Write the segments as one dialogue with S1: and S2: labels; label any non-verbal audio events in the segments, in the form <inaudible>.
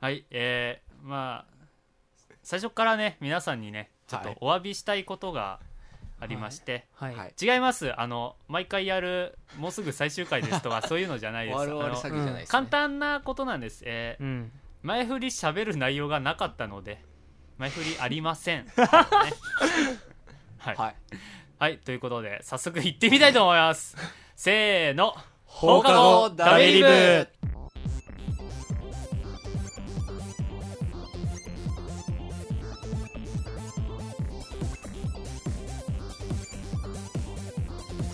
S1: はい、えー、まあ最初からね皆さんにねちょっ
S2: は
S1: と
S2: い
S1: お詫びしたいことがありまして、
S3: はい、
S2: はい
S1: 違いますあの毎回やるもうすぐ最終回ですと
S2: <laughs>
S1: かそういうのじゃないです
S2: 終わる終わる
S1: あの
S2: 詐欺じゃないです、ね
S1: 簡単なことなんです、えー
S3: うん
S1: 前振り喋る内容がなかったので前振りありません、ねはい、はい
S2: はい
S1: ということで早速行ってみたいと思いますせーの
S2: 放課後ダメリブ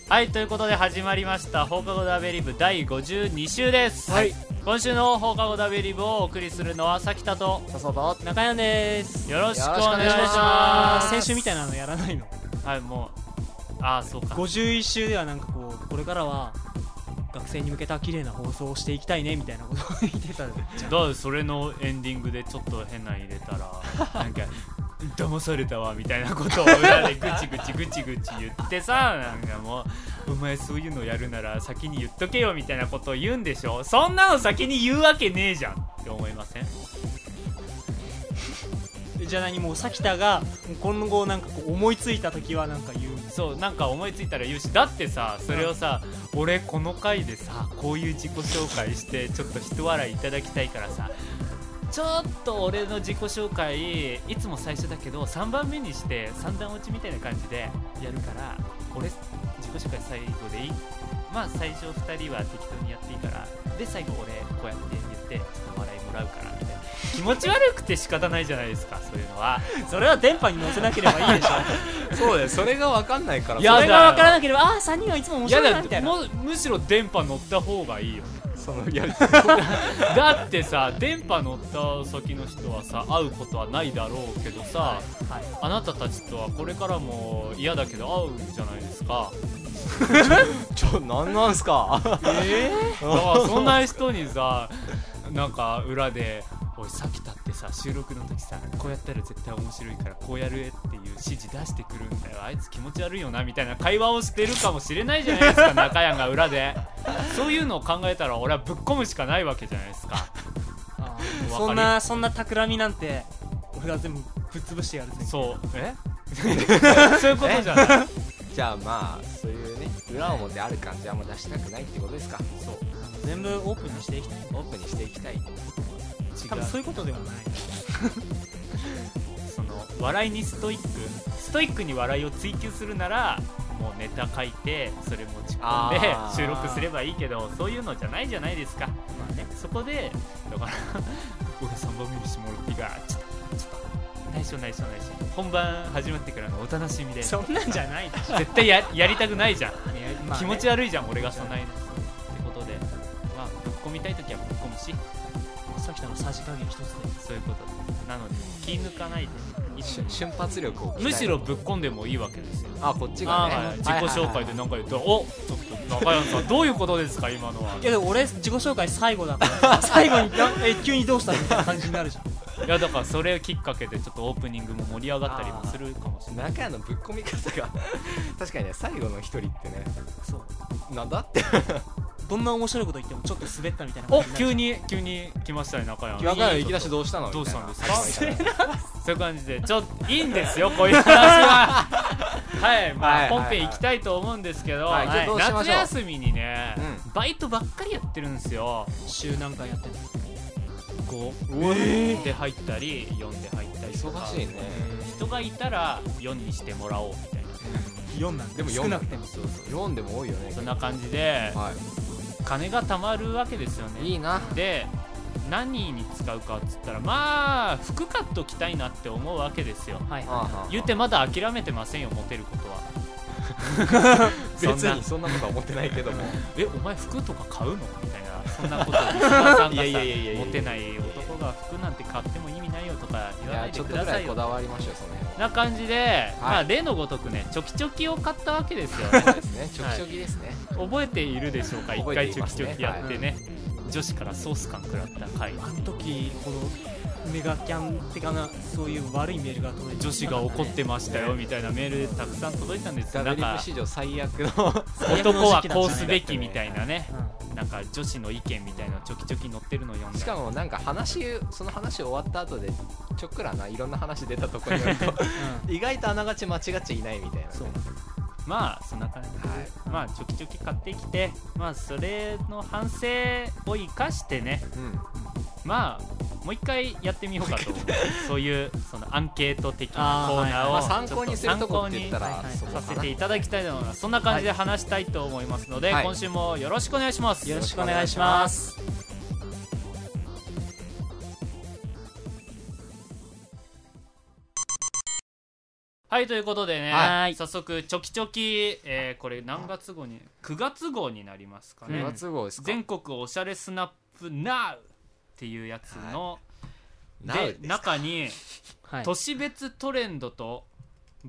S1: はいということで始まりました放課後ダベリブ第52週です、
S2: はい
S1: 今週の放課後ダベリブをお送りするのはさきたと
S2: さそうだ
S3: 中山です
S1: よろしくお
S2: よろしくお
S1: 願
S2: 願
S1: い
S2: い
S1: し
S2: し
S1: ま
S2: ますす
S3: 先週みたいなのやら <laughs> ないの
S1: はいもうああそうか
S3: 51週ではなんかこうこれからは学生に向けた綺麗な放送をしていきたいねみたいなことを言ってた
S1: だからそれのエンディングでちょっと変なの入れたらなんか騙されたわみたいなことを裏でぐちぐちぐちぐち言ってさなんかもうお前そういうのやるなら先に言っとけよみたいなことを言うんでしょそんなの先に言うわけねえじゃんって思いません
S3: <laughs> じゃあ何もうさきたが今後なんかこう思いついた時はなんか言う
S1: そうなんか思いついたら言うしだってさそれをさ、俺この回でさこういう自己紹介してちょっと一笑いいただきたいからさちょっと俺の自己紹介いつも最初だけど3番目にして三段落ちみたいな感じでやるから俺自己紹介最後でいいまあ最初2人は適当にやっていいからで最後俺こうやって言ってちょっと笑いもらうからみたいな気持ち悪くて仕方ないじゃないですかそういうのは
S3: それは電波に乗せなければい <laughs> いでしょ
S2: そうだよそれが分かんないから
S1: いや
S3: それが
S1: だ
S3: 分からなければああ3人はいつも面白いなみたいな
S1: もうむしろ電波乗った方がいいよ <laughs>
S2: そのやり
S1: だってさ電波乗った先の人はさ会うことはないだろうけどさ、
S3: はい
S1: あなたたちとはこれからも嫌だけど会うじゃないですか
S2: ちょなんなんすか <laughs>
S1: ええだからそんな人にさなんか裏で「おいさきたってさ収録の時さこうやったら絶対面白いからこうやるえ」っていう指示出してくるんだよあいつ気持ち悪いよなみたいな会話をしてるかもしれないじゃないです
S3: <laughs>
S1: か中山が裏でそういうのを考えたら俺はぶっ込むしかないわけじゃないですか
S3: あー
S1: わかり
S3: そんなそんな企みなんて俺は全部ぶっ潰してやるぜ
S1: <laughs> そうえそういうこと
S3: <laughs>
S1: じゃない
S2: じゃあまあそういうね裏表ある感じはあんま出したくないってことですか
S1: そう
S3: 全部オープンにしていきたい
S2: オープンにしていきたい
S3: 多
S1: 違
S3: 分
S1: う
S3: そういうことではない
S1: その笑いにストイックストイックに笑いを追求するならもうネタ書いてそれ持ち込んで
S2: あー
S1: 収録すればいいけどそういうのじゃないじゃないですか、そこでだから <laughs> 俺3番目にしてもらっていいからちょっとちょっと内緒内緒内緒本番始まってからのお楽しみで
S3: そんなんじゃないでしょ
S1: 絶対ややりたくないじゃん、
S3: まあね
S1: 気持ち悪いじゃん俺がそんなにってことでまあぶっ込みたい時はぶっ込むし
S3: さきたのさじ加減一つで
S1: そういうことですなので気抜かないでいつ
S2: し
S1: も
S2: 瞬発力を鍛える
S1: むしろぶっ込んでもいいわけですよ
S2: あこっちがね、
S1: あー自己紹介で何か言ったら「おちょっと中山さんどういうことですか今のはい
S3: やでも俺自己紹介最後だか
S1: <laughs>
S3: ら最後になえ急にどうしたみたいな感じになるじゃん
S1: いやだからそれをきっかけでちょっとオープニングも盛り上がったりもするかもしれない
S2: 中のぶっ込み方が <laughs> 確かにね最後の一人ってね
S3: そう
S2: なんだって
S3: どんな面白いこと言ってもちょっと滑ったみたいな
S1: お
S3: 感じ
S1: 急
S3: に
S1: に急に来ましたね中山
S2: 中の行き出しどうしたの
S1: どうしたんです
S2: みたいな
S1: かそういう感じでちょっといいんですよこういう話
S2: <laughs>
S1: ははいま
S2: は
S1: あ
S2: いはい
S1: 本
S2: はい
S1: 編行きたいと思うんですけど
S2: はいじゃあ
S1: はい
S2: どうしましょう
S1: 夏休みにね
S2: う
S1: バイトばっかりやってるんですよ
S3: 週何回やってんの
S1: 5で入ったり4で入ったりとか
S2: 忙しいね
S1: 人がいたら4にしてもらおうみたいな
S3: 4なん
S2: でも四
S3: 少なくても
S1: そうそう
S2: 読んでも多いよね
S1: そんな感じで
S2: は
S1: 金が貯まるわけですよね
S2: いいな
S1: で何に使うかっつったらまあ服買っときたいなって思うわけですよ
S3: はいは
S2: ああ
S1: 言うてまだ諦めてませんよモテることはそん
S2: 別
S1: な
S2: にそんなことは思ってないけども
S1: えお前服とか買うのみたいなそんなことをリスナーさんがさ
S2: いやいやいやいやいや
S1: モテない男が服なんて買っても意味ないよとか
S2: い
S1: 言わな
S2: や
S1: い
S2: ち
S1: で
S2: ょっ
S1: く
S2: と
S1: だ
S2: ぐ
S1: さ
S2: ら
S1: い
S2: い
S1: よ
S2: こだわりましょうその辺は
S1: な感じで、まあ例のごとくねチョキチョキを買ったわけですよね
S2: そうですねちょきちょきですね
S1: 覚えているでしょうか一
S2: 覚え
S1: 回
S2: て
S1: チ
S2: い
S1: ョ
S2: ま
S1: キ
S2: す
S1: チ
S2: ね
S1: ョキやってね女子からソース感食らった回
S3: いあの時ほどメガキャンってかなそういう悪いメールが届いて
S1: 女子が怒ってましたよみたいなメールでたくさん届いたんですよなん
S2: WP
S1: か
S2: 史上最悪の
S1: 男はこうすべきみたいなね
S3: うん
S1: なんか女子の意見みたいなのちょきちょき載ってるの読ん
S2: <laughs> し
S1: だ
S2: かもなんか話その話終わった後でちょっくらないろんな話出たところによると意外とあながち間違っちゃいないみたいなね
S3: そう
S1: まあそんな感じで、
S2: はい
S1: まあちょきちょき買ってきてまあそれの反省を生かしてね
S2: うん
S1: まあもう一回やってみようか
S2: <laughs>
S1: と思うそういうそのアンケート的な
S3: あー
S1: コーナーを
S2: まあ、
S1: ちょっ
S2: 参
S1: と
S2: 考にするとこって言った
S3: はい
S2: ら
S3: はい
S2: そこか
S1: さ
S2: な
S1: せていただきたいと思いますそんな感じで話したいと思いますので、
S2: はい
S1: 今週もよろしくお願いします
S3: よろしくお願いします
S1: はいということでね、
S3: はい
S1: 早速ちょきちょき、えーこれ何月号に9月号になりますかね、
S2: 9月号ですか
S1: 全国おしゃれスナップ NOW っていうやつの、
S2: なう
S1: で中に
S3: はい
S1: 都市別トレンドと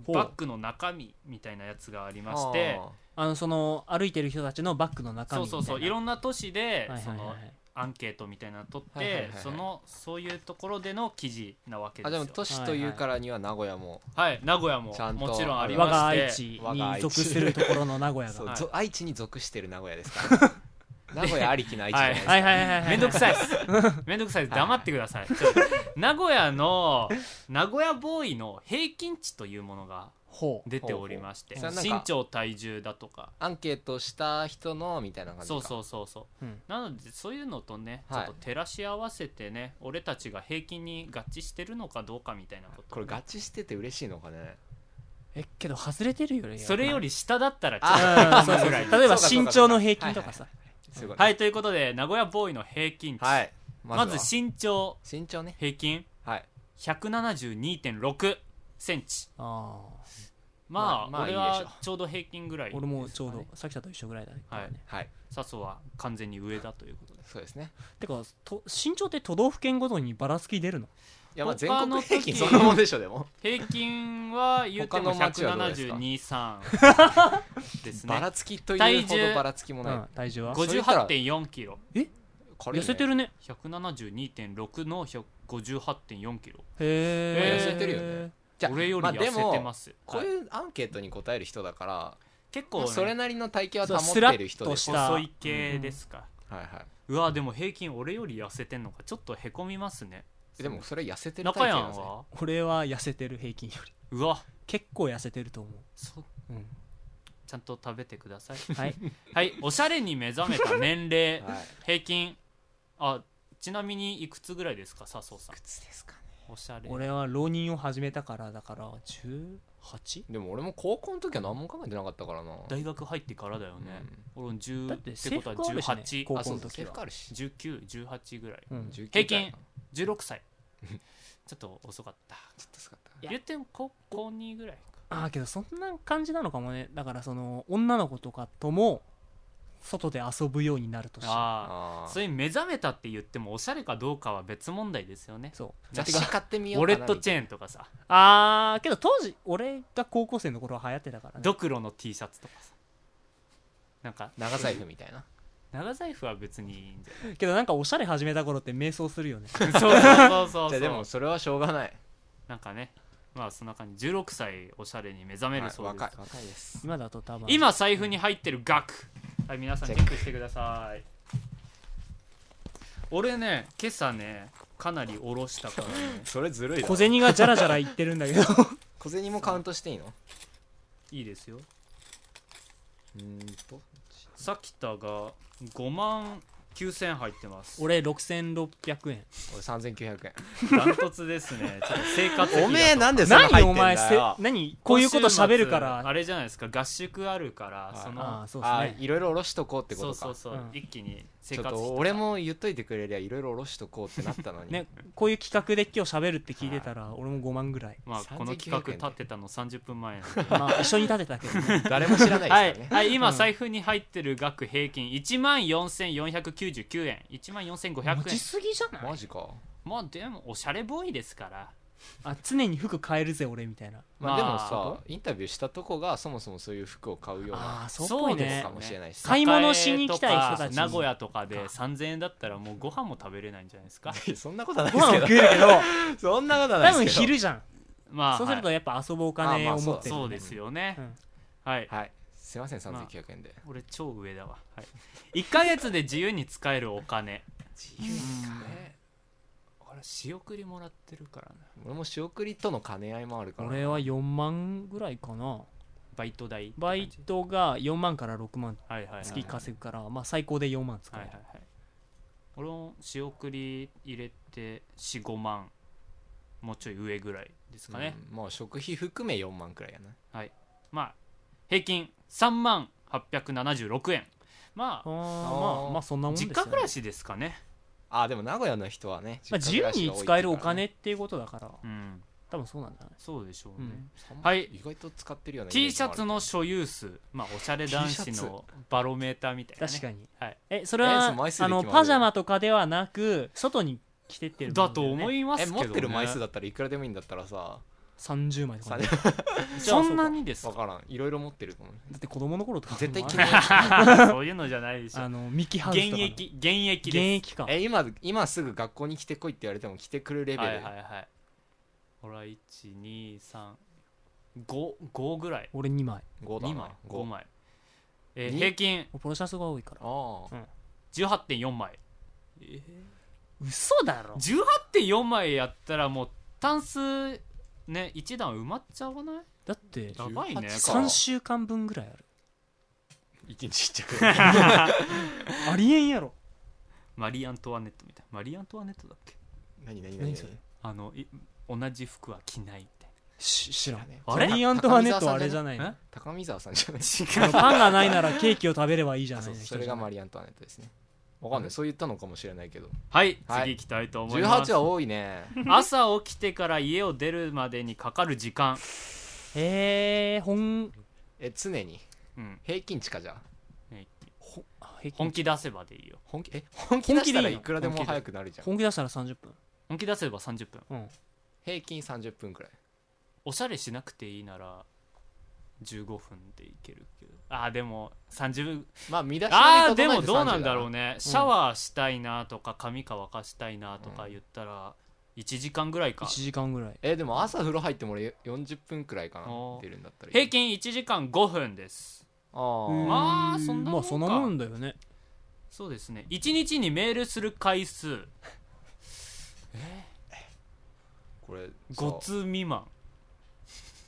S3: ほう
S1: バッグの中身みたいなやつがありまして
S3: あのその歩いてる人たちのバッグの中身
S1: そう
S3: みた
S1: そ
S3: いうな
S1: そういろんな都市で
S3: はい
S1: そ
S3: はいはい
S1: の
S3: はい
S1: アンケートみたいなの取って、
S2: はいはいはいはい
S1: そのそういうところでの記事なわけ
S2: あ
S1: ですよ
S2: でも都市というからには名古屋も、
S1: はい名古屋も
S2: ちゃんと
S1: もちろんあり
S3: 我が
S1: まし
S3: 愛
S1: て
S3: 知に属するところの名
S1: <laughs>
S3: 古屋
S2: そ
S1: は
S2: う
S3: が
S1: い
S2: ぞ愛知に属してる名古屋ですからね名古屋ありきの愛知じゃないですか、
S3: はいはいはいはい
S1: めんどくさいです
S2: <laughs>
S1: めんどくさいです黙ってくださいちょっと名古屋の名古屋ボーイの平均値というものが
S3: ほう
S1: 出ておりまして
S2: ほうほうそれは
S1: 身
S2: なんか
S1: 長体重だとか
S2: アンケートした人のみたいな感じか
S1: そうそうそうそう
S3: うん
S1: なのでそういうのとね、
S2: はい
S1: ちょっと照らし合わせてね俺たちが平均に合致してるのかどうかみたいなこと
S2: これ合致してて嬉しいのかね
S3: えけど外れてるより
S1: それより下だったらちょっと
S3: あーそう
S1: そ
S3: そうう
S1: ぐらい
S3: 例えば身長の平均とかさ
S2: すごい
S1: はいということで名古屋ボーイの平均値、
S2: はい
S1: ま
S2: は
S1: ず身長
S2: 身長ね
S1: 平均
S2: はい
S1: 172.6センチ
S3: あ
S1: まあ、
S2: まあまあ
S1: 俺
S2: いいで
S1: は
S2: しょ
S1: ちょうど平均ぐらい
S3: ー俺もちょう
S2: いい
S3: ど
S2: で
S3: さきさんと一緒ぐらいだね
S1: はい
S2: はい
S1: 笹生は完全に上だということで
S2: そうですね
S3: てかと身長って都道府県ごとにばらつき出るの
S2: いやまあ全
S1: 他の時
S2: 国平均そんなもんでしょでも
S1: 平均は言うても
S2: 他の町はどうですか
S1: 1723です
S2: ば
S1: ね
S2: らつきというほ
S1: 体重
S2: どばらつきも
S3: う
S2: ない、
S3: ん体重は
S2: ご
S1: 58.4キロ
S2: これね
S3: 痩せてるね
S1: 172.6の58.4キロ
S3: へえ
S2: 痩せてるよねじゃあ
S1: 俺より
S2: まあ、で
S1: 痩せてま
S2: も
S1: す、
S2: こう
S1: はい
S2: いうアンケートに答える人だから、
S1: 結
S2: ま
S1: 構、
S2: あそれ
S1: ね、
S2: なりの体型
S3: そう
S2: は保ってる人です
S3: スラッとした
S1: 細い系ですか、
S2: はいは
S1: うわでも平均俺より痩せてんのかちょっとへこみますね
S2: いでもそれ痩せてる
S1: 中
S2: 体
S1: や
S2: 型な
S1: ん
S2: んですね
S1: は
S3: 俺は痩せてる平均より
S1: うわ
S3: 結構痩せてると思
S1: そう
S3: う、うん、
S1: ちゃんと食べてください
S3: はい
S1: はいおしゃれに目覚めた年齢
S2: <laughs> はい
S1: 平均あちなみにいくつぐらいですか笹生さ
S2: いくつですかね
S1: んおしゃれ
S3: <laughs> 俺は浪人を始めたからだから 18?
S2: でも俺も高校の時は何も考えてなかったからな
S1: 大学入ってからだよね、俺10
S3: だ
S1: っ
S3: って
S1: て
S3: 制
S1: こと
S3: 服
S1: は
S3: あるし
S1: 181918
S3: ね高
S2: あ
S3: 校
S2: そう
S3: の
S2: そう制
S3: 時
S2: 服
S3: は
S2: あるし
S1: ぐらい
S3: うん
S2: 19
S1: 平均
S2: 代な
S1: 16歳
S2: <laughs>
S1: ちょっと遅かった
S2: ちょっとすかった
S3: いや
S1: 言っても高高2ぐらいか
S3: ああけどそんな感じなのかもねだからその女の子とかとも外で遊ぶようになる年
S1: あ
S2: あ
S1: あ
S2: ー
S1: それに目覚めたって言ってもおしゃれかどうかは別問題ですよね
S3: そう
S2: 雑誌買ってみ
S1: ウ
S2: よ
S1: ォ
S2: うか
S1: レ
S2: な
S1: ットチェーンとかさ
S3: あーけど当時俺が高校生の頃は流行ってたからね
S1: ドクロの T シャツとかさなんか
S2: 長財布みたいな
S1: 長財布は別にいいんじ
S3: けどなんかおしゃれ始めた頃って迷走する <laughs> よね
S1: ゃ
S2: <laughs>
S1: ないそうそうそうそう
S2: じ
S1: そ
S2: ゃ
S1: う
S2: あでもそれはしょうがない
S1: なんかねまあそんな感じ16歳おしゃれに目覚めるそうです、
S2: はい若い若いです
S3: 今だと多分
S1: 今財布に入ってる額はい皆さんチ
S2: チ
S1: ェ
S2: ェ
S1: ックしてください俺ね今朝ねかなりおろしたからね
S2: それずるいな
S3: 小銭がじゃらじゃらいってるんだけど
S2: 小銭もカウントしていいの
S1: いいですよ
S2: うーんと
S1: さきたが5万9000入ってます
S3: <laughs> 俺6600円
S2: 俺3900円
S1: ダントツですね
S3: <laughs>
S1: ちょっと生活費だと
S2: おめえなんでそんな入って
S3: 何
S2: ん
S3: お前
S2: だ
S3: せ
S2: よ
S3: 何こういうこと喋るか
S1: 今週末あ
S3: ら
S1: れじゃないですか合宿あるから
S2: はい
S1: そ
S3: あ
S1: の
S3: あそうです
S2: あ
S3: ね
S2: ーいろいろ下ろしとこうってこ
S1: そう
S2: と
S1: そう
S2: か
S1: そう
S3: うん
S1: 一気に生
S2: ちょっ
S1: 活
S2: と
S1: 費
S2: 俺も言っといてくれりゃいろいろ下ろしとこうってなったのに
S3: ね、こういう企画で今日喋るって聞いてたら俺も5万ぐらい
S1: まあこの企画立ってたの30分前なんで
S3: まあ一緒に立てたけ <laughs> どね
S2: 誰も知らないですか
S1: は
S2: ら
S1: い
S2: <laughs> ね、
S1: はい、今
S3: うん
S1: 財布に入ってる額平均1万4499円1万4500円
S3: 持ちすぎじゃない
S2: マジか
S1: まあでもおしゃれボーイですから
S3: あ常に服買えるぜ俺みたいな
S2: まあでもさ、
S1: ま
S2: インタビューしたとこがそもそもそういう服を買うような
S3: ああーそうっぽい
S1: そうです
S3: ね
S2: かもしれないし、
S3: 買い物しに来たい人たち
S1: 栄とか名古屋とかで3000円だったらもうご飯も食べれないんじゃないですか
S2: そんなことは <laughs> ない
S3: ご
S2: ですけ
S3: 飯を食えるけど
S2: ど <laughs> そんなことはない
S3: 多
S2: で
S3: 分
S2: すけど
S3: 昼じゃん
S1: まあ
S3: そうすると
S1: はい
S3: やっぱ遊ぶお金を持ってる
S2: あまあ
S1: そうですよね、
S3: うん
S1: はい
S2: はいすいません3900円で、
S1: 俺超上だわ、はい、1ヶ月で自由に使えるお金
S2: 自由にかね
S1: 俺仕送りもらってるからな
S2: 俺も仕送りとの兼ね合いもあるから
S3: 俺は4万ぐらいかな
S1: バイト代
S3: バイトが4万から6万
S1: はいはいはい
S3: 月稼ぐから、まあ、最高で4万使
S1: は
S3: う、
S1: いはいはい俺も仕送り入れて45万もうちょい上ぐらいですかね、
S2: うんもう食費含め4万くらいやな
S1: まあ平均3万876円ま
S3: あ
S1: あ
S3: ーまあまあそんなもんですよ、
S1: 実
S3: ね、
S1: 家暮らしですかね
S2: あでも名古屋の人はね、
S3: まあ、自
S2: 実家暮
S3: 由
S2: らしが多い
S3: に
S2: って
S3: 使える
S2: か
S3: お
S2: ら
S3: 金
S2: ね
S3: っていうことだから
S1: うん
S3: 多分そうなんじゃない
S1: そうでしょうね、
S3: うん
S1: はい
S2: 意外と使ってるよね
S1: T シャツの所有数まあおしゃれ男子
S2: T シャツ
S1: のバロメーターみたいな、ね、
S3: 確かに、
S1: はい
S3: えそれ
S2: え
S3: は
S2: その枚数で
S3: あの
S2: 決まる
S3: パジャマとかではなく外に着てってる
S1: だと思
S3: い
S1: います
S2: え
S1: けど、ね、
S2: 持ってる枚数だったらいくらでもいいんだった
S3: <laughs>
S2: らさ
S3: 30枚とか、ね、
S2: 分
S1: そんなにですか
S2: からんいろいろ持ってると
S3: <laughs>
S2: 思う
S3: だって子供の頃とかも
S2: 絶対着
S3: あ <laughs>
S2: な
S1: <laughs>
S2: い
S1: そういうのじゃないでしょ
S3: あのミキハウ
S1: 現
S3: スとか、ね、
S1: 役現役
S3: 現
S1: で
S3: 役か
S2: え今今すぐ学校に来てこいって言われても来てくるレ
S1: す
S2: ベ
S1: は
S2: ル、
S1: いはいはい俺は12355ぐらい
S3: 俺2枚
S2: 5だ
S1: 2
S2: な
S1: 枚5枚えー
S2: に
S1: 平均
S3: ポロシャツが多いから
S2: ああ
S1: 18.4枚
S3: 嘘だろ
S1: 18.4枚やったらもうタンスね1段埋まっちゃわない
S3: だって
S1: やばいね
S2: 18
S1: か
S3: 3週間分ぐらいある
S2: 一日一着
S3: <laughs> ありえんやろ
S1: マリー・アントワネットみたいなマリー・アントワネットだっけ
S2: 何何
S3: 何
S2: 何
S3: それ
S1: あのい同じ服は着ないみたい
S3: し知らん
S1: あ
S3: マ
S1: れ
S3: リー・アントワネットはあれじゃないの
S1: え
S2: 高見沢さんじゃない
S3: あのパンがないならケーキを食べればいいじゃない
S2: そ
S3: の
S2: う
S3: 人
S2: それがマリーアントワネットですねわかんない、そう言ったのかもしれないけど
S1: なはい
S2: はい
S1: 次行きたいと思います
S2: 18は多いね
S1: 朝起きてから家を出るまでにかかる時間、
S3: えー、本
S2: え常に
S1: うん、
S2: 平均値かじゃあ
S3: ほあ平均
S1: 本気出せばでいいよ
S2: 本気え本気出したら
S3: いい
S2: い
S3: の
S2: くらで
S1: 本気
S2: も
S1: で
S2: 早くなるじゃん
S3: 本気出したら30分
S1: 本気出せば30分
S3: うん
S2: 平均30分くらい
S1: おしゃれしなくていいなら15分でいけるけどあーでも30
S2: まあ見出し
S1: あ
S2: に
S1: ーで
S2: 整え
S1: も
S2: て
S1: どうなんだろう
S2: ね
S1: ねシャワーしたいなとか髪乾かしたいなとか言ったら1時間ぐらいか
S3: 1時間ぐらい
S2: えでも朝風呂入っても俺40分くらいかな
S1: おー
S2: 出るんだったら
S1: 平均1時間5分です
S2: あー
S1: んまあそんなもんか
S3: まあそんなもんだよね
S1: そうですね1日にメールする回数
S2: これ
S1: 5
S2: さ
S1: 通未満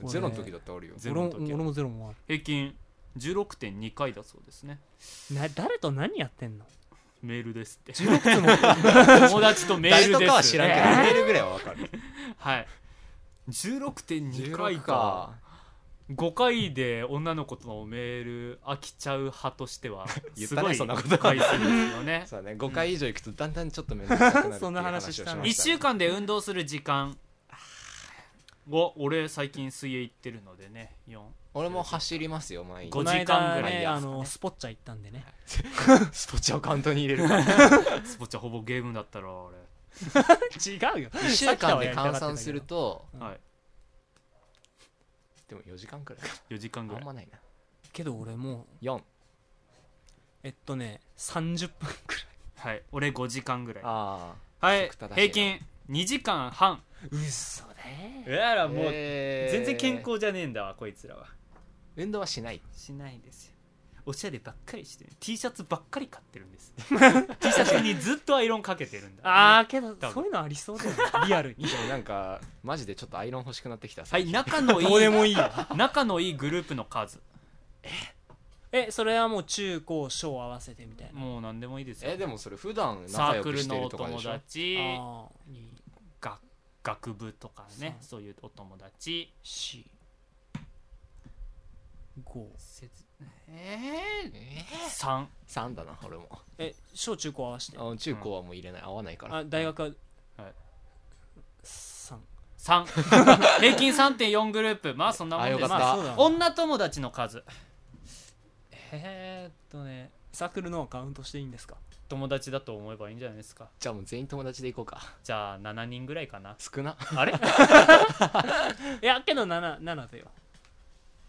S2: ゼロの時だってあるよ
S1: ゼ
S3: 俺
S1: ロの
S3: も
S1: 時は
S3: 俺もゼロもあ
S1: 平均16.2回だそうですね
S3: るな誰と何やってんの
S1: メールですって
S3: 16つも
S1: <laughs> 友達とメールです
S2: 誰とかは知らんけど
S1: ね
S2: メールぐらいはわ
S1: <laughs>
S2: かる
S1: はい16.2
S2: 16
S1: 回か5回で女の子とのメール飽きちゃう派としては
S2: <laughs> 言っ
S1: す
S2: たね
S1: ごい
S2: そんなこと
S1: 回数ですよね
S2: <laughs> そうだね5回以上行くとだんだんちょっと面倒くさくなるっていう
S3: そんな話
S2: を
S3: し
S2: したま
S3: の
S2: ね
S1: 1週間で運動する時間お俺最近水泳行ってるのでね4
S2: 俺も走りますよ毎日
S1: ご
S3: この
S1: 時間ぐ
S3: 間
S1: らい
S3: ね
S1: や
S3: あのスポッチャ行ったんでね
S2: スポッチャをカウントに入
S1: <laughs>
S2: れるから
S1: スポッチャほぼゲームだったら俺、
S3: 違う <laughs> よ
S2: 1週間で換算すると
S3: うん
S1: はい、
S2: でも4時間くらいか
S1: 4時間ぐら
S2: あ
S1: い
S2: んまないな
S3: けど俺もう
S2: 4
S3: えっとね30分くら
S1: は
S3: い
S1: い俺5時間ぐらい
S2: ああ
S1: はい
S2: 食正しいな
S1: 平均2時間半
S3: 嘘で
S1: いやもう全
S2: 全
S1: 然健康じゃねえんだわこいつらは
S2: 運動はしない
S1: しないですよおしゃればっかりしてる T シャツばっかり買ってるんです
S2: <laughs>
S1: T シャツにずっとアイロンかけてるんだ
S3: ああけど
S1: 分
S3: そういうのありそうだよねリア
S2: <laughs>
S3: ルに
S2: でもなんかマジでちょっとアイロン欲しくなってきた
S1: はい仲のい
S3: どうで
S1: い
S3: もいいよ
S1: 仲のいいグループの数
S3: えそれはもう中高小合わせてみたいな
S1: もう何でもいいですよ
S2: えでもそれ普段
S1: サ
S2: 仲
S1: ー
S2: 良
S1: ク
S2: く
S1: ル
S2: して
S1: の
S2: る
S1: お
S2: とかで
S1: 友
S2: しょ
S1: 達
S3: ああいい
S1: が学部とかね
S3: そ
S1: そういうお友達
S3: し5
S1: せずえ
S2: え
S1: ー、3
S2: 3だな俺も
S3: え小中高合わせて
S2: あ中高はもう入れない合わないから
S3: あ大学は
S1: はい
S3: 3
S2: <laughs>
S1: 3平均3.4グループまあそんなもんで
S2: あ
S1: す
S2: よかっ
S1: まあ
S2: た
S3: そうだ
S1: 女友達の数
S3: えーっとねサークルのはカウントしていいんですか
S1: 友達だと思えばいいんじゃないですか
S2: じゃあもう全員友達で行こうか
S1: じゃあ7人ぐらいかな <laughs>
S2: 少な
S1: あれ
S3: いやけど7七だよ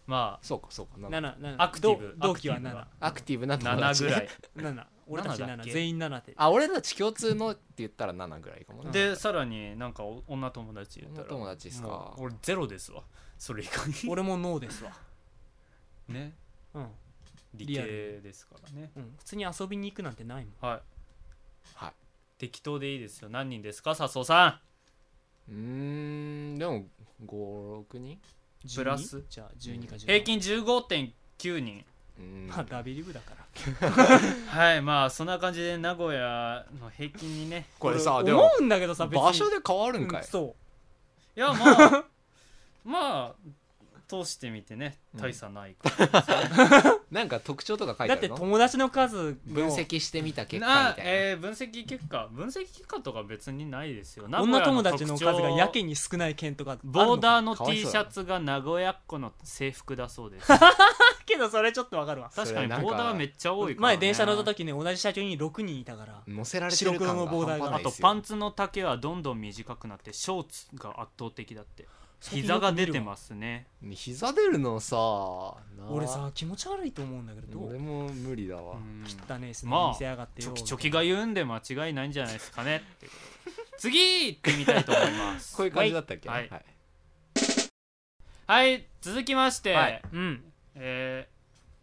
S1: ま
S2: そうかそうかなんだ
S3: 7七
S1: アクティブ
S3: 同同期は
S1: アクティブが
S3: 7
S2: アクティ
S1: あ
S2: ブな友達
S1: 7ぐらい
S3: 7俺たち
S1: 7だっけ
S3: 7全員7で
S2: <laughs> あ俺たち共通のって言ったら7ぐらいかもね
S1: でさらになんかお女友達言った
S2: 女
S1: ら
S2: 友達ですか <laughs>
S1: もう俺ゼロですわそれ以外
S3: 俺もノーですわ
S1: ね
S3: うん
S1: 理
S3: リア
S1: 系ですからね
S3: うん、普通に遊びに行くなんてないもん
S1: はい
S2: はい
S1: 適当でいいですよ何人ですか笹生さん
S2: うーんでも56人
S1: プラス
S3: 12? じゃあ12か1
S1: 平均15.9人
S2: うーん
S3: まあダビリブだから
S1: はいまあそんな感じで名古屋の平均にね
S2: これさ
S3: 俺
S2: でも
S3: 思うんだけどさ別に
S2: 場所で変わるんか
S3: う
S2: い、
S3: そ
S1: いやま
S2: <laughs>
S1: あまあ通してみてね大差ないか
S2: なんか特徴とか書
S3: う
S2: い
S3: だ
S2: てあ
S3: って
S2: るの
S3: 友達の数の
S2: 分析してみた結果み
S1: な
S2: たいな、
S1: えー分析結果分析結果とか別にないですよ
S3: 女友達の
S1: 名古
S3: 数
S1: 屋
S3: が
S1: 特徴
S3: やけに少ない県とかあるのか
S1: ボーダーの
S2: かわい
S1: T
S2: そう
S1: シ
S2: だな
S1: ャツが名古屋っ子の制服だそうです
S3: けどそれちょっとわかるわ
S1: 確かに
S2: それなんか
S1: ボーダーめっちゃ多いから、ね、
S3: 前電車乗った時ね同じ車両に6人いたから
S2: 乗せられてる感
S3: 白黒
S2: が
S3: のボーダ
S2: 半
S3: ー
S1: あ
S2: 端
S3: が
S2: ないで
S1: と
S2: すよ
S1: パンツの丈はどんどん短くなってショーツが圧倒的だって膝が出てますね
S2: 膝出るのさな
S3: 俺さ気持ち悪いと思うんだけどど
S2: 俺
S3: う
S2: も無理だわ、
S1: うん
S3: 汚ねえっすね、
S1: まあ
S3: 見せやがって
S1: チ
S3: よ
S1: ョキチョキが言うんで間違いないんじゃないですかねってこと次行ってみたいと思います
S2: <laughs> こういう感じだったっけ
S1: はいはい続きまして、
S2: はい
S3: うん
S1: えー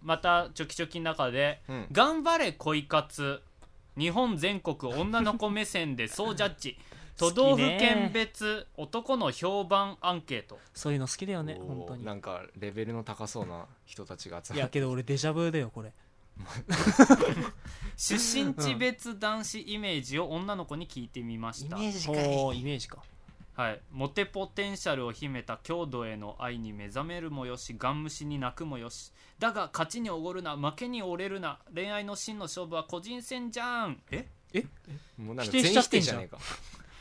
S1: またチョキチョキの中で
S2: うん
S1: 「頑張れ恋活日本全国女の子目線で総ジャッジ都道府県別男の評判アンケート」
S3: そういうの好きだよね
S2: おー
S3: 本当に
S2: なんかレベルの高そうな人たちが集
S3: い
S2: ま
S3: や
S2: って
S3: けど俺デジャブだよこれ
S1: 出身地別男子イメージを女の子に聞いてみました、
S3: おーイメージか
S1: はい、モテポテンシャルを秘めた郷土への愛に目覚めるもよしガン虫に泣くもよしだが勝ちにおごるな負けに折れるな恋愛の真の勝負は個人戦じゃんえ
S2: もうなんか
S3: 否定
S2: 全
S3: しちゃ
S2: 否
S3: って
S2: 定
S3: んじ
S2: じ
S3: ゃ
S2: ゃ
S3: ん
S2: ねえか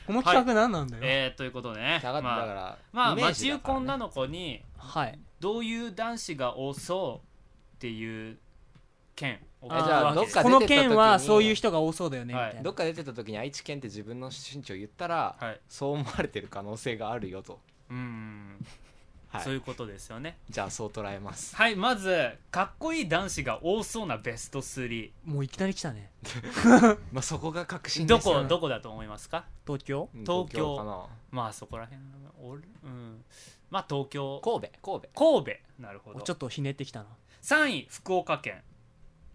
S3: この企画何なんだよ、
S1: えー、ということ
S3: <laughs>
S1: でね
S2: だから、だか
S1: まあ、
S2: ら
S1: まあ、
S2: イメージ
S1: 街
S2: だ
S1: 行
S2: から
S1: く
S2: ね
S1: 女の子に
S3: はい
S1: どういう男子が多そうっていう件を
S3: あー
S2: じゃあどっか
S3: こ
S2: 出
S3: の
S2: てった時に
S3: 県はそういう人が多そうだよねみ
S1: はい
S3: たい
S2: ど
S3: な
S2: っか出てた時に愛知県って自分の身長言ったら、
S1: はい
S2: そう思われてる可能性があるよと、
S1: うーん、
S2: はい
S1: そういうことですよね
S2: じゃあそう捉えます
S1: はいまずかっこいい男子が多そうなベスト3
S3: もういきなり来たね
S2: まあそこが確信
S1: ど
S2: です
S1: こ
S2: よ
S1: どこだと思いますか
S3: 東京
S2: うん
S1: 東京
S2: かな
S1: まあそこら辺俺うんまあ東京
S2: 神戸神戸
S1: 神戸なるほど
S3: おちょっとひねってきたな
S1: 3位福岡県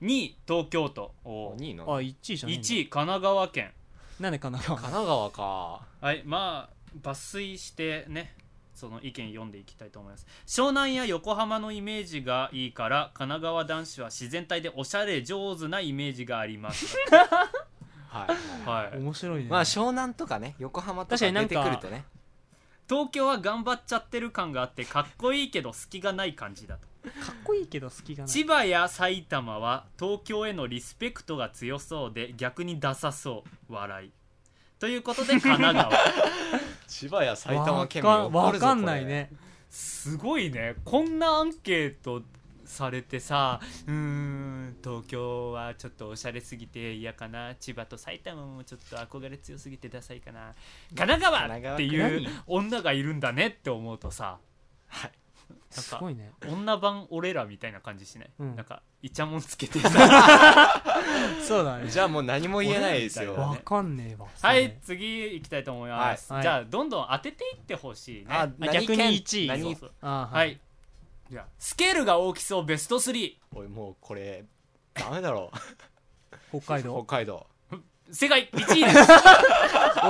S1: 2位東京都お
S2: 2位
S3: あ
S2: の
S3: 1位じゃねえんだ
S1: 1位神奈川県
S3: なんでかな
S2: 神奈川か
S1: はいまあ抜粋してねその意見読んでいきたいと思います湘南や横浜のイメージがいいから神奈川男子は自然体でおしゃれ上手なイメージがあります
S2: は
S1: <laughs>
S2: い、
S1: はい
S3: 面白いね
S2: まあ湘南とかね横浜とか
S3: 確か
S2: 出
S3: になん
S2: て
S3: か
S2: くるとね
S1: 東京は頑張っちゃってる感があってかっこいいけど隙がない感じだと
S3: かっこいいけど好きがない
S1: 千葉や埼玉は東京へのリスペクトが強そうで逆にダサそう笑いということで神奈川
S2: 千葉や埼
S3: わ
S2: 玉
S3: か
S2: 県
S3: ん
S2: 民怒
S3: わ
S2: るぞ
S3: かんないね
S1: すごいねこんなアンケートされてさうーん東京はちょっとおしゃれすぎて嫌かな千葉と埼玉もちょっと憧れ強すぎてダサいかな神奈川って
S2: 神
S1: い
S2: 奈
S1: う女がいるんだねって思うとさなん
S3: す
S1: か
S3: ごいね
S1: 女版俺らみたいな感じしない、
S3: うん
S1: なんかイチャモンつけ
S3: <laughs>
S1: てさ
S3: そうだ
S2: こ
S3: ね
S2: れじゃあもう何も言えないです
S1: 俺みたいな
S2: よ
S3: わかんねえわ
S1: はい次行きたいと思います、
S3: はい
S1: じゃあどんどん当てていってほしいね
S2: あ
S3: あ逆
S2: 何
S3: に
S2: 県
S3: 1位
S1: そう
S2: 何
S1: そう
S3: あー
S1: はい、じゃあスケールが大きそうベスト3
S2: おいもうこれダメだろ
S3: 北海
S2: う北
S3: 道
S2: 海道
S1: 世界1位です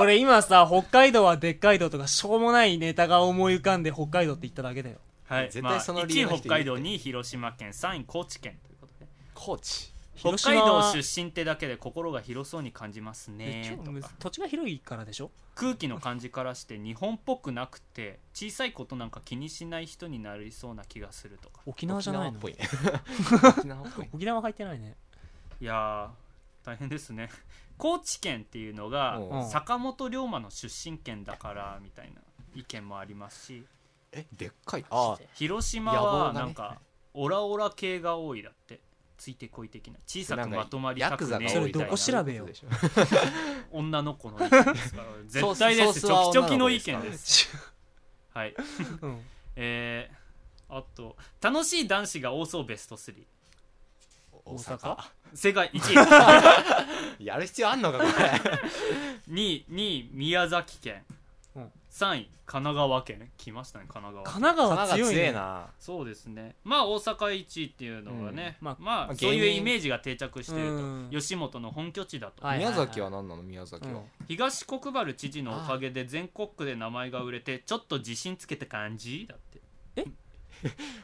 S1: <laughs>
S3: 俺今さ北海道はでっかい道とかしょうもないネタが思い浮かんで北海道って言っただけだよ
S1: はい
S2: 絶対
S1: まあ、
S2: その理由の
S1: 1位
S2: 人
S1: 北海道2位広島県3位高知県ということで
S2: 高知
S3: 広
S1: 北
S3: 島
S1: 海道
S3: は
S1: 出身ってだけで心が広そうに感じますねと
S3: え
S1: か
S3: 土地が広いからでしょ
S1: 空気の感じからして日本っぽくなくて小さいことなんか気にしない人になりそうな気がするとか
S3: 沖縄じゃないの
S2: 沖縄っぽいね沖縄っぽい
S3: 沖縄入ってないね
S1: いやー大変ですね <laughs> 高知県っていうのが
S2: うん
S1: 坂本龍馬の出身県だからみたいな意見もありますし
S2: えでっかいあ
S1: 広島
S2: 野望
S1: は
S2: がね
S1: なんかオラオラ系が多いだってついてこい的な小さくまとまりたくねえみ
S3: そ
S1: た
S3: れ
S1: い
S3: ど
S1: な
S3: こ調べよう
S1: 女の子の意見ですから絶対ですチ
S2: ソースは
S1: ョキチョキ
S2: 女の
S1: の
S2: 子
S1: 意
S2: ですから
S1: 見ですはい
S3: うん
S1: えー、あと楽しい男子が多そうベスト3
S2: 大
S3: 大
S2: 阪
S3: 阪
S2: <laughs>
S1: 世界1 <laughs>
S2: やる必要あんのかこれ
S1: 位2位2位宮崎県
S2: うん
S1: 3位神奈川県来ましたね神奈川
S3: 神奈
S2: 神
S3: 川
S2: 奈
S3: 強
S2: 川
S3: い
S2: 強
S3: ね
S2: いな
S1: そうですねまあ大阪1位っていうのはね、
S3: うん
S1: ま
S3: ま
S1: あ
S3: あ、
S2: まあ
S1: そういう
S2: 芸人
S1: イメージが定着してると、
S3: うん
S1: 吉本の本拠地だと、
S3: はいはい
S2: 宮
S3: はい
S2: 崎は何なの宮崎は
S1: 東国原知事のおかげで全国区で名前が売れてちょっと自信つけた感じだって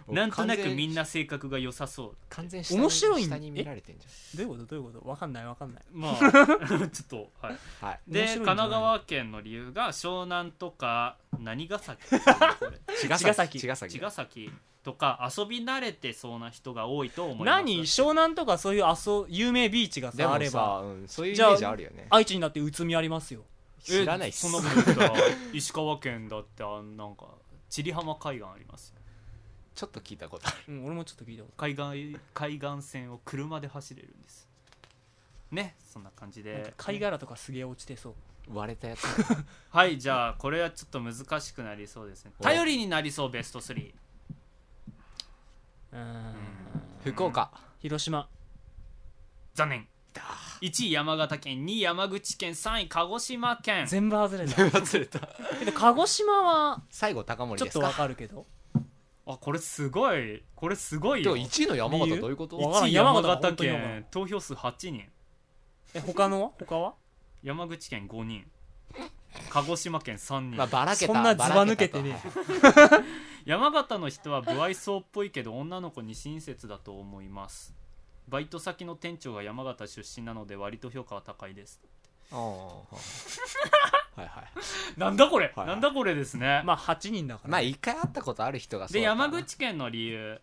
S1: なんとなくみんな性格が良さそう
S2: 完全下に
S3: 面白いん
S2: 下に見られてんじ
S3: どういうことどういうことわかんないわかんない
S2: <laughs>
S1: まあちょっとはい
S2: ゃんはい
S1: で神
S3: 面白いんじゃない
S1: 奈川県の理由が湘南とか何ヶ
S2: <laughs>
S1: 崎これ
S2: 茅
S3: ヶ崎
S2: 茅ヶ崎
S1: 茅ヶ崎とか遊び慣れてそうな人が多いと思います
S3: 何湘南とかそういうあそ有名ビーチが
S2: で
S3: さあ
S2: も
S3: れば
S2: さ、うん、そういうイ
S3: じ
S2: メ
S3: ゃあ
S2: ージあるよね
S3: 愛知になって宇都宮ありますよ
S1: え
S2: 知らないっす
S1: そんなこと言ったら <laughs> 石川県だってあんなんか千里浜海岸ありますよ
S2: ちょっと聞いたことある
S3: うん俺もちょっと聞いたこ
S1: 海岸海岸線を車で走れるんですねそんな感じ
S3: となんか
S1: で
S3: 貝殻とかすげえ落ちてそう
S2: 割れたやつ
S1: はいじゃあこれはちょっと難しくなりそうですね
S2: お
S1: 頼りになりそうベスト3
S3: うーん
S2: <laughs> 福岡
S3: 広島
S1: 残念1位山形県2位山口県3位鹿児島県
S3: 全部外
S2: <laughs>
S3: れた
S2: 忘れた
S3: けど鹿児島は
S2: 最後高森
S3: ちょ
S2: で
S3: っ
S2: す
S3: とわ
S2: か
S3: かるけど
S1: あこれすごいこれすごい
S2: で
S1: よ
S2: も1位の山
S3: 理
S2: 形
S3: 由
S2: どういうこと
S3: わ
S1: 1位
S3: 山
S1: 山
S3: 形が
S1: 形
S3: 本当に山
S1: 県投票数8人
S3: え他のは他は
S1: 山口県5人鹿児島県3人、
S2: まあばらけた
S3: そんなずば抜けて
S2: ばら
S3: ね
S2: たと
S1: 山形の人は不愛想っぽいけど女の子に親切だと思いますバイト先の店長が山形出身なので割と評価は高いです
S2: ああはいはい
S1: なんだこれ、
S2: はい
S1: なんだこれですね、
S3: まあ8人だから
S2: まあ一回会ったことある人がそう
S1: で
S2: だった
S1: 山
S2: な
S1: 口県の理由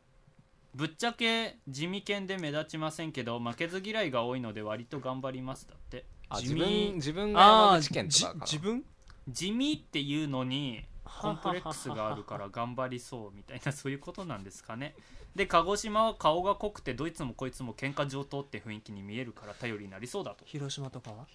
S1: ぶっちゃけ地味県で目立ちませんけど負けず嫌いが多いので割と頑張りますだって
S2: あ
S3: 地
S2: 自
S3: 味
S2: 分自分が
S3: あ
S2: 山
S3: あ
S2: 口県と
S3: じ
S2: かかな
S3: 自分
S1: 地味っていうのにコンプレックスがあるから頑張りそうみたいな <laughs> そういうことなんですかねで鹿児島は顔が濃くてどいつもこいつも喧嘩上等って雰囲気に見えるから頼りになりそうだと
S3: 広島とかは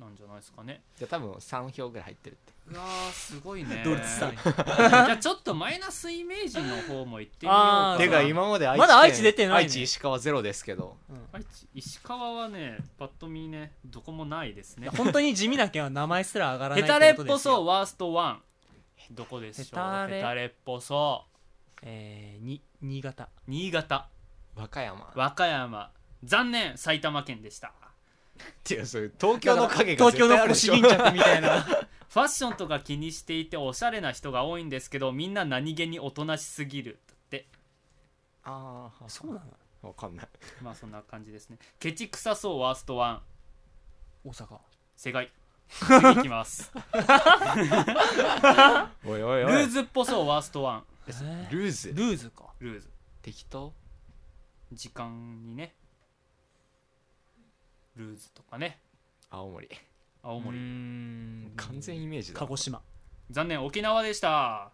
S1: なんじゃないですかね
S2: じゃあ多分3票ぐらい入ってるって
S1: うわーすごいね
S3: <laughs> ドルツさん
S1: じゃあちょっとマイナスイメージの方も行ってみようか
S3: あ
S1: な
S3: ー
S2: てか今まで愛知
S3: まだ
S2: 県
S3: 愛知出てないね
S2: 愛知石川ゼロですけど
S1: 愛知石川はねパッと見ねどこもないですね
S3: 本当に地味な県は名前すら上がらない
S1: ヘタレっ
S3: こと
S1: ぽ
S3: ですよ
S1: そうワースト1どこでしょうヘ
S3: ヘタレ
S1: タレっぽそ
S3: えー、に新潟
S1: う新潟
S2: 和歌山
S1: 和歌山残念埼玉県でした
S2: っていうそういう東京の影が
S3: 東
S2: 絶
S3: 京の
S2: 対あるでし
S3: 星
S2: ょ
S3: 巾着みたいな
S1: ファッションとか気にしていておしゃれな人が多いんですけどみんな何気におとなしすぎるだって
S2: ああ
S3: そうなの
S2: のわかんない
S1: まあそんな感じですねケチ臭そうワースト1
S3: 大阪
S1: 正解次いきます
S2: おいおい
S1: ル
S2: おい
S1: ーズっぽそうワースト1
S3: えー
S2: ルーズ
S3: ルーズか
S1: ルーズ
S2: 適当
S1: 時間にねルーズとかね
S2: 青森
S1: 青森
S3: うーん
S2: 完全イメージだ
S3: 鹿児島
S1: 残念沖縄でした
S2: あ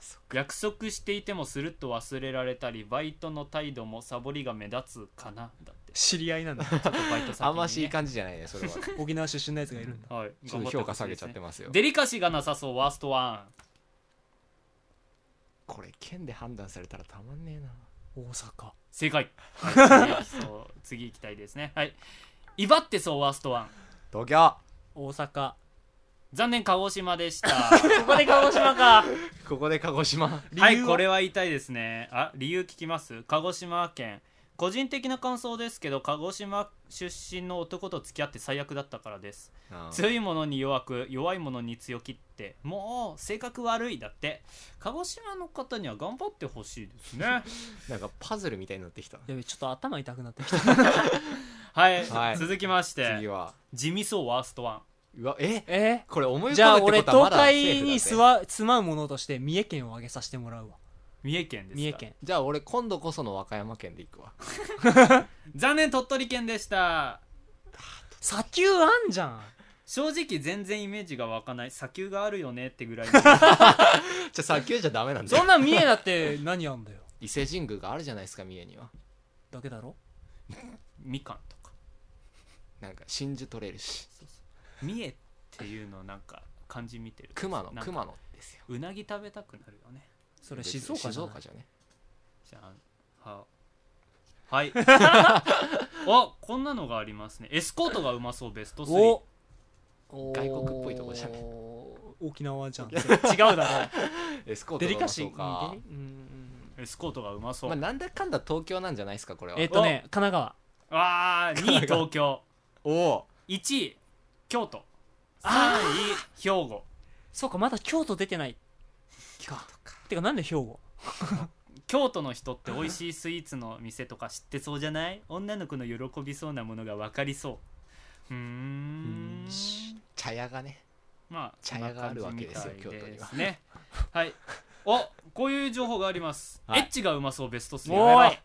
S2: そっか
S1: 約束していてもするっと忘れられたりバイトの態度もサボりが目立つかなだって
S3: 知り合いなんだ
S1: ちょっとバイト先に、ね、
S2: あんましいい感じじゃないねそ
S3: <laughs>
S2: れはち
S3: 沖縄出身のやつがいるんだ
S1: はい
S2: ょっと評価下げちゃっ
S1: 頑張ほしいですね
S2: てますよ
S1: デリカシーがなさそうワーストワ
S2: これ県で判断されたらたまんねえな
S3: 大阪
S1: ン正解、はい、次 <laughs> そう次行きたいですねはい威張ってそうワーストワン
S2: 東京
S3: 大阪
S1: 残念鹿児島でした
S2: <laughs>
S3: ここで鹿児島か
S2: ここで鹿児島
S1: はいこれは言いたいですねあ理由聞きます鹿児島県個人的な感想ですけど鹿児島出身の男と付き合って最悪だったからです
S2: あー
S1: 強いものに弱く弱いものに強きってもう性格悪いだって鹿児島の方には頑張ってほしいですね
S2: <laughs> なんかパズルみたいになってきた
S3: やべちょっと頭痛くなってきた
S1: はい、
S2: はい
S1: 続きまして
S2: 次は
S1: 地味そうワーストワン
S2: うわえ
S3: <laughs> え
S2: これ思い浮
S3: じゃ
S2: か
S3: あ
S2: べて
S3: 俺
S2: ことはま
S3: 東
S2: だセー
S3: 海
S2: フだ
S3: に
S2: って
S3: 住わ住まうものとして三重県を挙げさせてもらうわ
S1: 三重県ですか
S3: 三重県
S2: じゃあ俺今度こその和歌山県で行くわ <laughs>
S1: 残念鳥取県でした
S3: 砂丘あんじゃん
S1: 正直全然イメージが湧かない砂丘があるよねってぐらい
S2: <laughs> じゃあ砂丘じゃダメなんだ
S3: そ
S2: よ
S3: んなん三重だって <laughs> 何あんだよ
S2: 伊勢神宮があるじゃないですか三重には
S3: だけだろ
S1: みかんとか
S2: なんか真珠取れるし
S1: 三重っていうのなんか漢字見てる
S2: 熊野
S1: なんか
S2: 熊野ですよ
S1: うなぎ食べたくなるよね
S3: それ静岡じゃない
S2: じゃね
S1: じゃあははい
S2: <laughs>
S1: あこんなのがありますねエスコートがうまそうベスト3
S3: お
S2: 外国っぽいとこじゃね
S3: お沖縄じゃん違うだろ
S2: エスコート
S3: <laughs>
S2: が
S3: デリ
S2: う
S3: カ
S2: ま
S3: シ
S2: そう
S3: ー
S2: か
S3: うんうんうん
S1: エスコートがうまそう、
S2: まあ、なんだかんだ東京なんじゃないですかこれは
S3: えっとね神奈川
S1: わあ2位東京
S2: おお
S1: 1位京都3
S3: あ
S1: 位兵庫
S3: そうかまだ京都出てないかてかなんで兵庫
S1: 京都の人って美味しいスイーツの店とか知ってそうじゃない女の子の喜びそうなものが分かりそううーん
S2: 茶屋がね
S1: まあ
S2: 茶屋があるわけですよ
S1: そんな感じみたい
S2: 京都
S1: ねはいおこういう情報があります、
S2: はい
S1: エッチがうまそうベスト3
S3: おーい
S1: い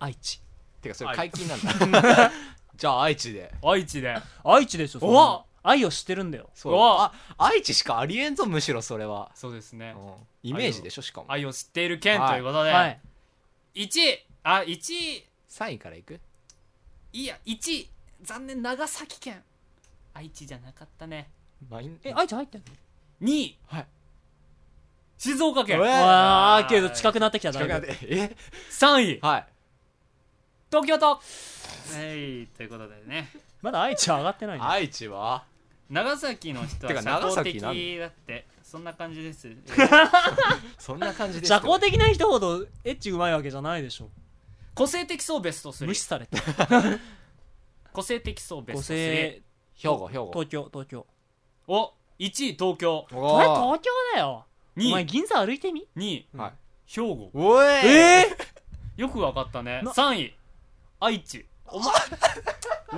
S3: 愛知
S2: てかそ
S1: は
S2: れ
S1: い
S2: 解禁なん
S3: <laughs>
S2: だじゃあ愛知で
S1: 愛知で
S3: 愛知でしょそんなの愛を知ってるんだよ
S2: そう
S1: うわ
S2: あ愛知しかありえんぞむしろそれは、
S1: そうですね
S2: うんイメージでしょしかも
S1: 愛を知っている県ということで、
S3: はい
S1: 1位あ1位
S2: 3位からいく
S1: いいや1位残念長崎県愛知じゃなかったね
S2: まあいいん
S3: え愛知入ってんの
S1: 2位、
S2: はい
S1: 静岡県
S2: うえ
S3: わあけど近くなってきた
S2: <laughs>
S3: だ
S2: 近
S3: い
S2: くなっ
S3: ぶ
S2: てえ
S1: 3位
S2: はい
S1: 東京都はいということでね
S3: まだ愛知は上がってないね
S2: 愛知は
S1: 長崎の人は
S2: てか
S1: 社
S2: 長
S1: 交
S2: 崎
S1: 的だってそんな感じ
S2: <laughs>
S1: です、えー
S2: そんな感じです
S3: 社交的な人ほどエッチうまいわけじゃないでしょ
S1: 個性的そうベスト3
S3: 無視されて
S1: 個性的そうベ
S3: 個
S1: スト3
S3: 性
S2: 兵庫兵庫
S3: 東京東京
S1: お1位東京
S3: これ
S2: お
S3: 東京だよお
S1: 2
S3: 前
S1: 位
S3: 銀座歩いてみ
S1: 2位
S2: ーはい
S1: 兵庫
S2: おえ
S3: え
S1: よくわかったね
S3: な
S1: 3位愛知お前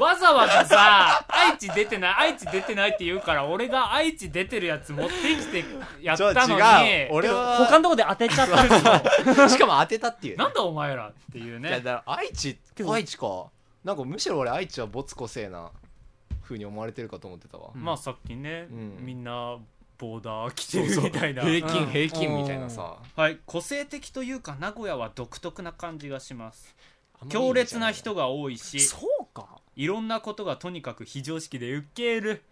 S1: わざわざさ愛知出てない愛知出てないって言うから俺が愛知出てるやつ持ってきてやっ
S2: ちょ
S1: た
S2: 違
S1: のに
S2: う俺
S3: 他
S2: は
S3: のとこで当てちゃったんですよ
S2: <laughs> しかも当てたっていうね
S1: なんだお前らっていう
S2: いや
S1: ね
S2: だから愛知
S3: けど
S2: 愛知かなんかむしろ俺愛知は没個性な風に思われてるかと思ってたわ、
S1: まあさっきね、
S2: うん
S1: みんなボーダー着てるみたいな
S2: 平
S3: う
S2: 均
S3: ん
S2: 平均みたいなさ、
S1: はい個性的というか名古屋は独特な感じがします
S2: あんまりいいんじゃい
S1: 強烈な人が多いし
S3: <laughs> そうか
S1: いろんなことがとにかく非常識でウケる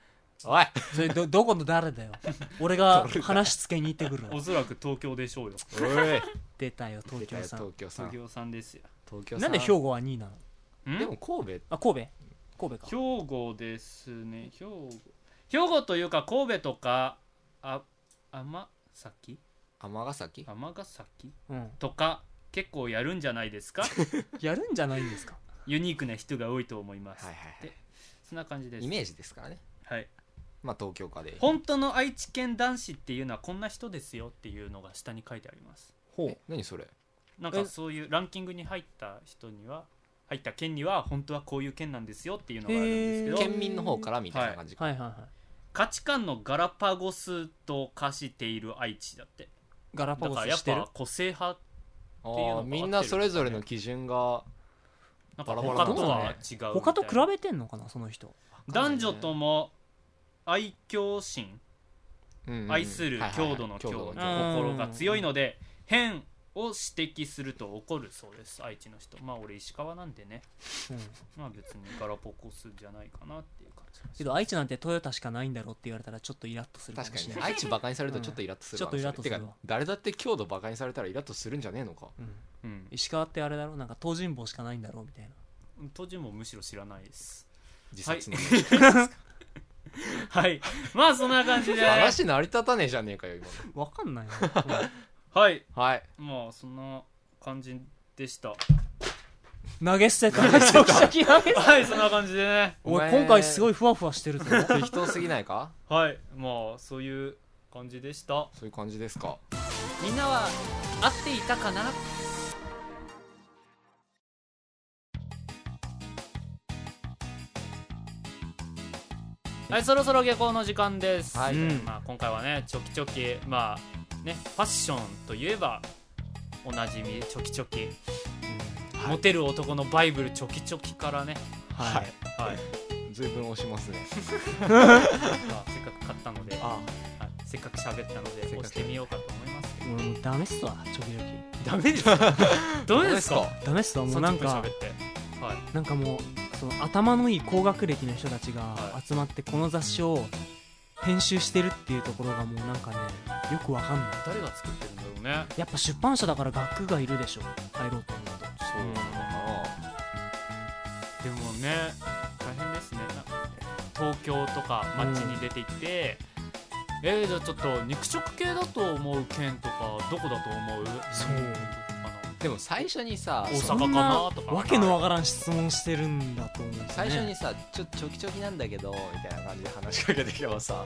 S2: おい
S3: それどどこの誰 <laughs> だよ俺が話つけに行ってくるわ
S1: おそらく東京でしょうよ
S2: おい
S3: 出たよ東京さん
S2: 東京さん
S1: 東京さんですよ
S2: 東京さん
S3: なんで兵庫は2位なの
S1: ん
S2: でも神戸
S3: あ神戸神戸か
S1: 兵庫ですね兵庫兵庫というか神戸とかあ尼崎
S2: 尼崎
S1: 尼崎
S3: うん
S1: とか結構やるんじゃないです
S2: <laughs>
S1: か
S3: やるんじゃないんですか
S1: ユニークな人が多いと思います、
S2: はいは
S1: そんな感じで
S2: いイ
S1: す、
S2: メージですからね
S1: はい、
S2: まあ東京かで
S1: 本当の愛知県男子っていうのはこんな人ですよっていうのが下に書いてあります
S3: ほ
S2: え何それ
S1: なん
S3: え
S1: かそういうランキングに入った人には入った県には本当はこういう県なんですよっていうのがあるんですけ
S3: へ
S1: ど
S3: ー
S2: 県民の方からみたいな感じか、
S3: はいはいはい
S1: 価値観のガラパゴスと化している愛知だって
S3: ガラパ
S1: だ
S3: ゴ
S1: から
S3: ス
S1: や
S3: し
S1: って
S3: る
S1: ぱ個性派
S2: あ
S1: っていうのが合
S2: ー
S1: ってる
S2: みんなそれぞれの基準が
S1: なんか
S2: バラバ
S1: 他と
S2: ラ
S3: な
S1: は
S2: ん
S1: 違う
S3: 他と比
S1: べ
S3: べてんのかなその人
S1: 男女とも愛嬌心
S2: うんうんうん
S1: 愛する
S2: はいはいはい
S1: 強度の強
S2: 郷
S1: 度
S2: 土郷
S3: 郷土
S1: 心が強いので変を指摘すると怒るそうです愛知の人まあ俺石川なんでね
S3: うん
S1: まあ別にガラポコスじゃないかなっていう感じ
S3: けど愛知なんてトヨタしかないんだろうって言われたらちょっとイラッとするかも
S2: 確かに
S3: しれ
S2: ね
S3: ない
S2: 愛知バカにされるとちょっとイラッとするわ
S3: うんちょっとイラッとするわ
S2: てか誰だって強度バカにされたらイラッとするんじゃねえのか
S3: うん
S1: うん
S3: 石川ってあれだろなんか東尋坊しかないんだろうみたいな
S1: 当時もむしろ知らないです
S2: 自
S3: <laughs>
S2: 殺の、 <laughs>
S1: はいまあそんな感じで
S2: 話成り立たねえじゃねえかよ今の
S3: わかんないな
S1: はい
S2: はい
S1: まあそんな感じでした
S3: うん投げ捨てためちゃくちゃ <laughs> 極めた
S1: はいそんな感じでね
S2: お
S3: 俺
S2: 前
S3: 今回すごいふわふわしてるぞ
S2: 適当すぎないか
S1: はいまあそういう感じでした
S2: そういう感じですか
S1: みんなは合っていたかなはいそろそろ下校の時間です、
S2: はい
S3: うん
S1: まあ、今回はねチョキチョキまあねファッションといえばおなじみチョキチョキ、モテる男のバイブルチョキチョキからね、
S3: はい
S1: はい
S2: 随分押しますね
S1: まあ、せっかく買ったので、
S2: あ
S1: はいせっかく喋ったので
S2: せっかく
S1: 押してみようかと思いますけど
S3: 俺もうダメっすわちょびちょ
S1: ダメですかダメですか
S3: きダメっすわもうなんか
S1: 30分喋ってはい
S3: なんかもうその頭のいい高学歴の人たちが
S1: はい
S3: 集まってこの雑誌を編集してるっていうところがもうなんかねよくわかんない
S1: 誰が作ってるんだろうね
S3: やっぱ出版社だから学がいるでしょ入ろうと思うと
S2: そうなのかな
S1: でもね大変ですねな東京とか街に出てきて、えー、じゃあちょっと肉食系だと思う県とかどこだと思う
S3: そう
S1: あ
S2: でも最初にさ
S1: 大阪
S3: そん
S1: かなとか
S3: わけのわからん質問してるんだと思うんですよ
S2: 最
S3: ね
S2: 初にさ「ちょちょきちょきなんだけど」みたいな感じで話しかけてきてもさ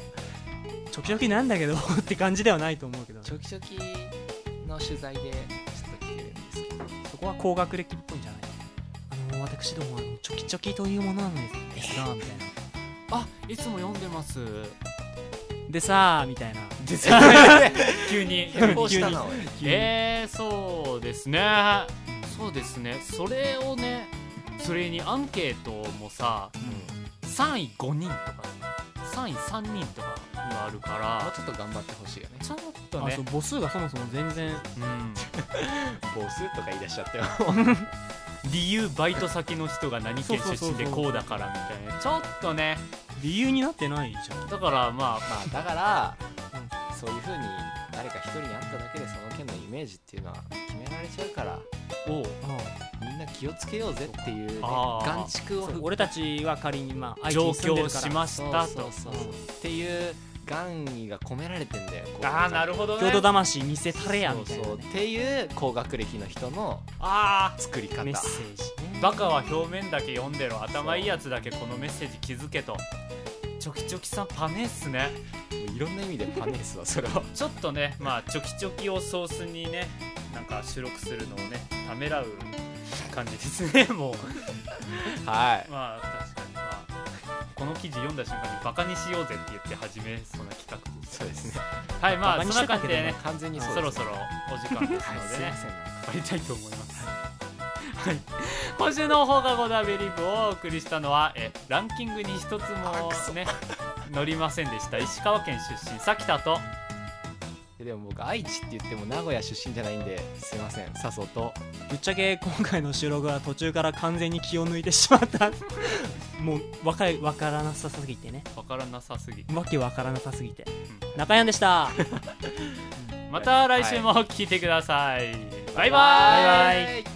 S3: ちょきちょきなんだけど <laughs> って感じではないと思うけど
S2: 「ちょきちょきの取材でちょっと来てるんですけど
S3: そこは高学歴っぽいんじゃないあの私どもあのチョキチョキというものなのですがみたいな
S1: のあいつも読んでます
S3: でさあみたいな
S1: で
S2: <laughs>
S1: さ急に
S2: 変更した <laughs> なおい
S3: 急に
S1: えー、そうですねそうですねそれをねそれにアンケートもさ3位5人とか3位3人とかがあるか
S2: もう
S1: ら
S2: ちょっと頑張ってほしいよね
S1: ちょっと
S3: あ
S1: ね
S3: そう母数がそもそも全然
S1: うん
S2: ボスとか言い出しちゃったよ
S1: 理由バイト先の人が何県出身でこうだからみたいなちょっとね
S3: 理由になってないじゃん
S1: だからま
S2: まあだから、そういうふうに誰か一人に会っただけでその県のイメージっていうのは決められちゃうから
S1: あおう
S3: あ
S2: みんな気をつけようぜっていう、ね、
S1: あー
S2: 眼蓄を
S3: そう俺たちは仮にまあ愛知
S1: 上
S3: に住んで
S1: 京
S3: るから
S1: しまし
S2: そう
S1: た
S2: そう
S1: と
S2: そうそうっていう願意が込められてんだよこう
S1: ああなるほど
S3: 郷
S1: ね
S3: 土魂見せたれやみたいな
S2: そうそう
S3: ね
S2: っていう高学歴の人の
S1: あ
S2: 作り方
S3: メッセージ
S1: あバカは表面だけ読んでろ頭いいやつだけこのメッセージ気づけとチョキチョキさんパネっす
S3: <laughs>
S1: ね
S2: いろんな意味でパネースはそれは
S1: ちょっとねまあチョキチョキをソースにねなんか収録するのをねためらう感じですねもう
S2: はい
S1: まあ確かにまあこの記事読んだ瞬間にバカにしようぜって言って始めそうな企画です
S2: そうですね
S1: はいま
S3: バ
S1: あ
S3: カ
S1: そ
S3: に
S1: ん
S3: し
S1: な
S3: てた
S1: 感じ
S3: けど
S1: で
S3: ね
S1: ね
S2: 完全にそう
S1: そろそろお時間です
S2: はい
S1: の
S2: す
S1: で
S2: い
S1: ね
S2: ません
S3: <laughs>
S1: 終わりたいと思いますはい今週の放課後ダベリブをお送りしたのはえランキングに一つも
S2: あくそ
S1: ね乗りませんでした石川県出身さきたと
S2: でも僕愛知って言っても名古屋出身じゃないんですいません笹生と
S3: ぶっちゃけ今回の収録は途中から完全に気を抜いてしまったもう若いわからなさすぎてね
S1: わからなさすぎ
S3: わけわからなさすぎて
S1: ん
S3: 中山でした
S1: また来週も聞いてください、バイバイ
S2: バイバイ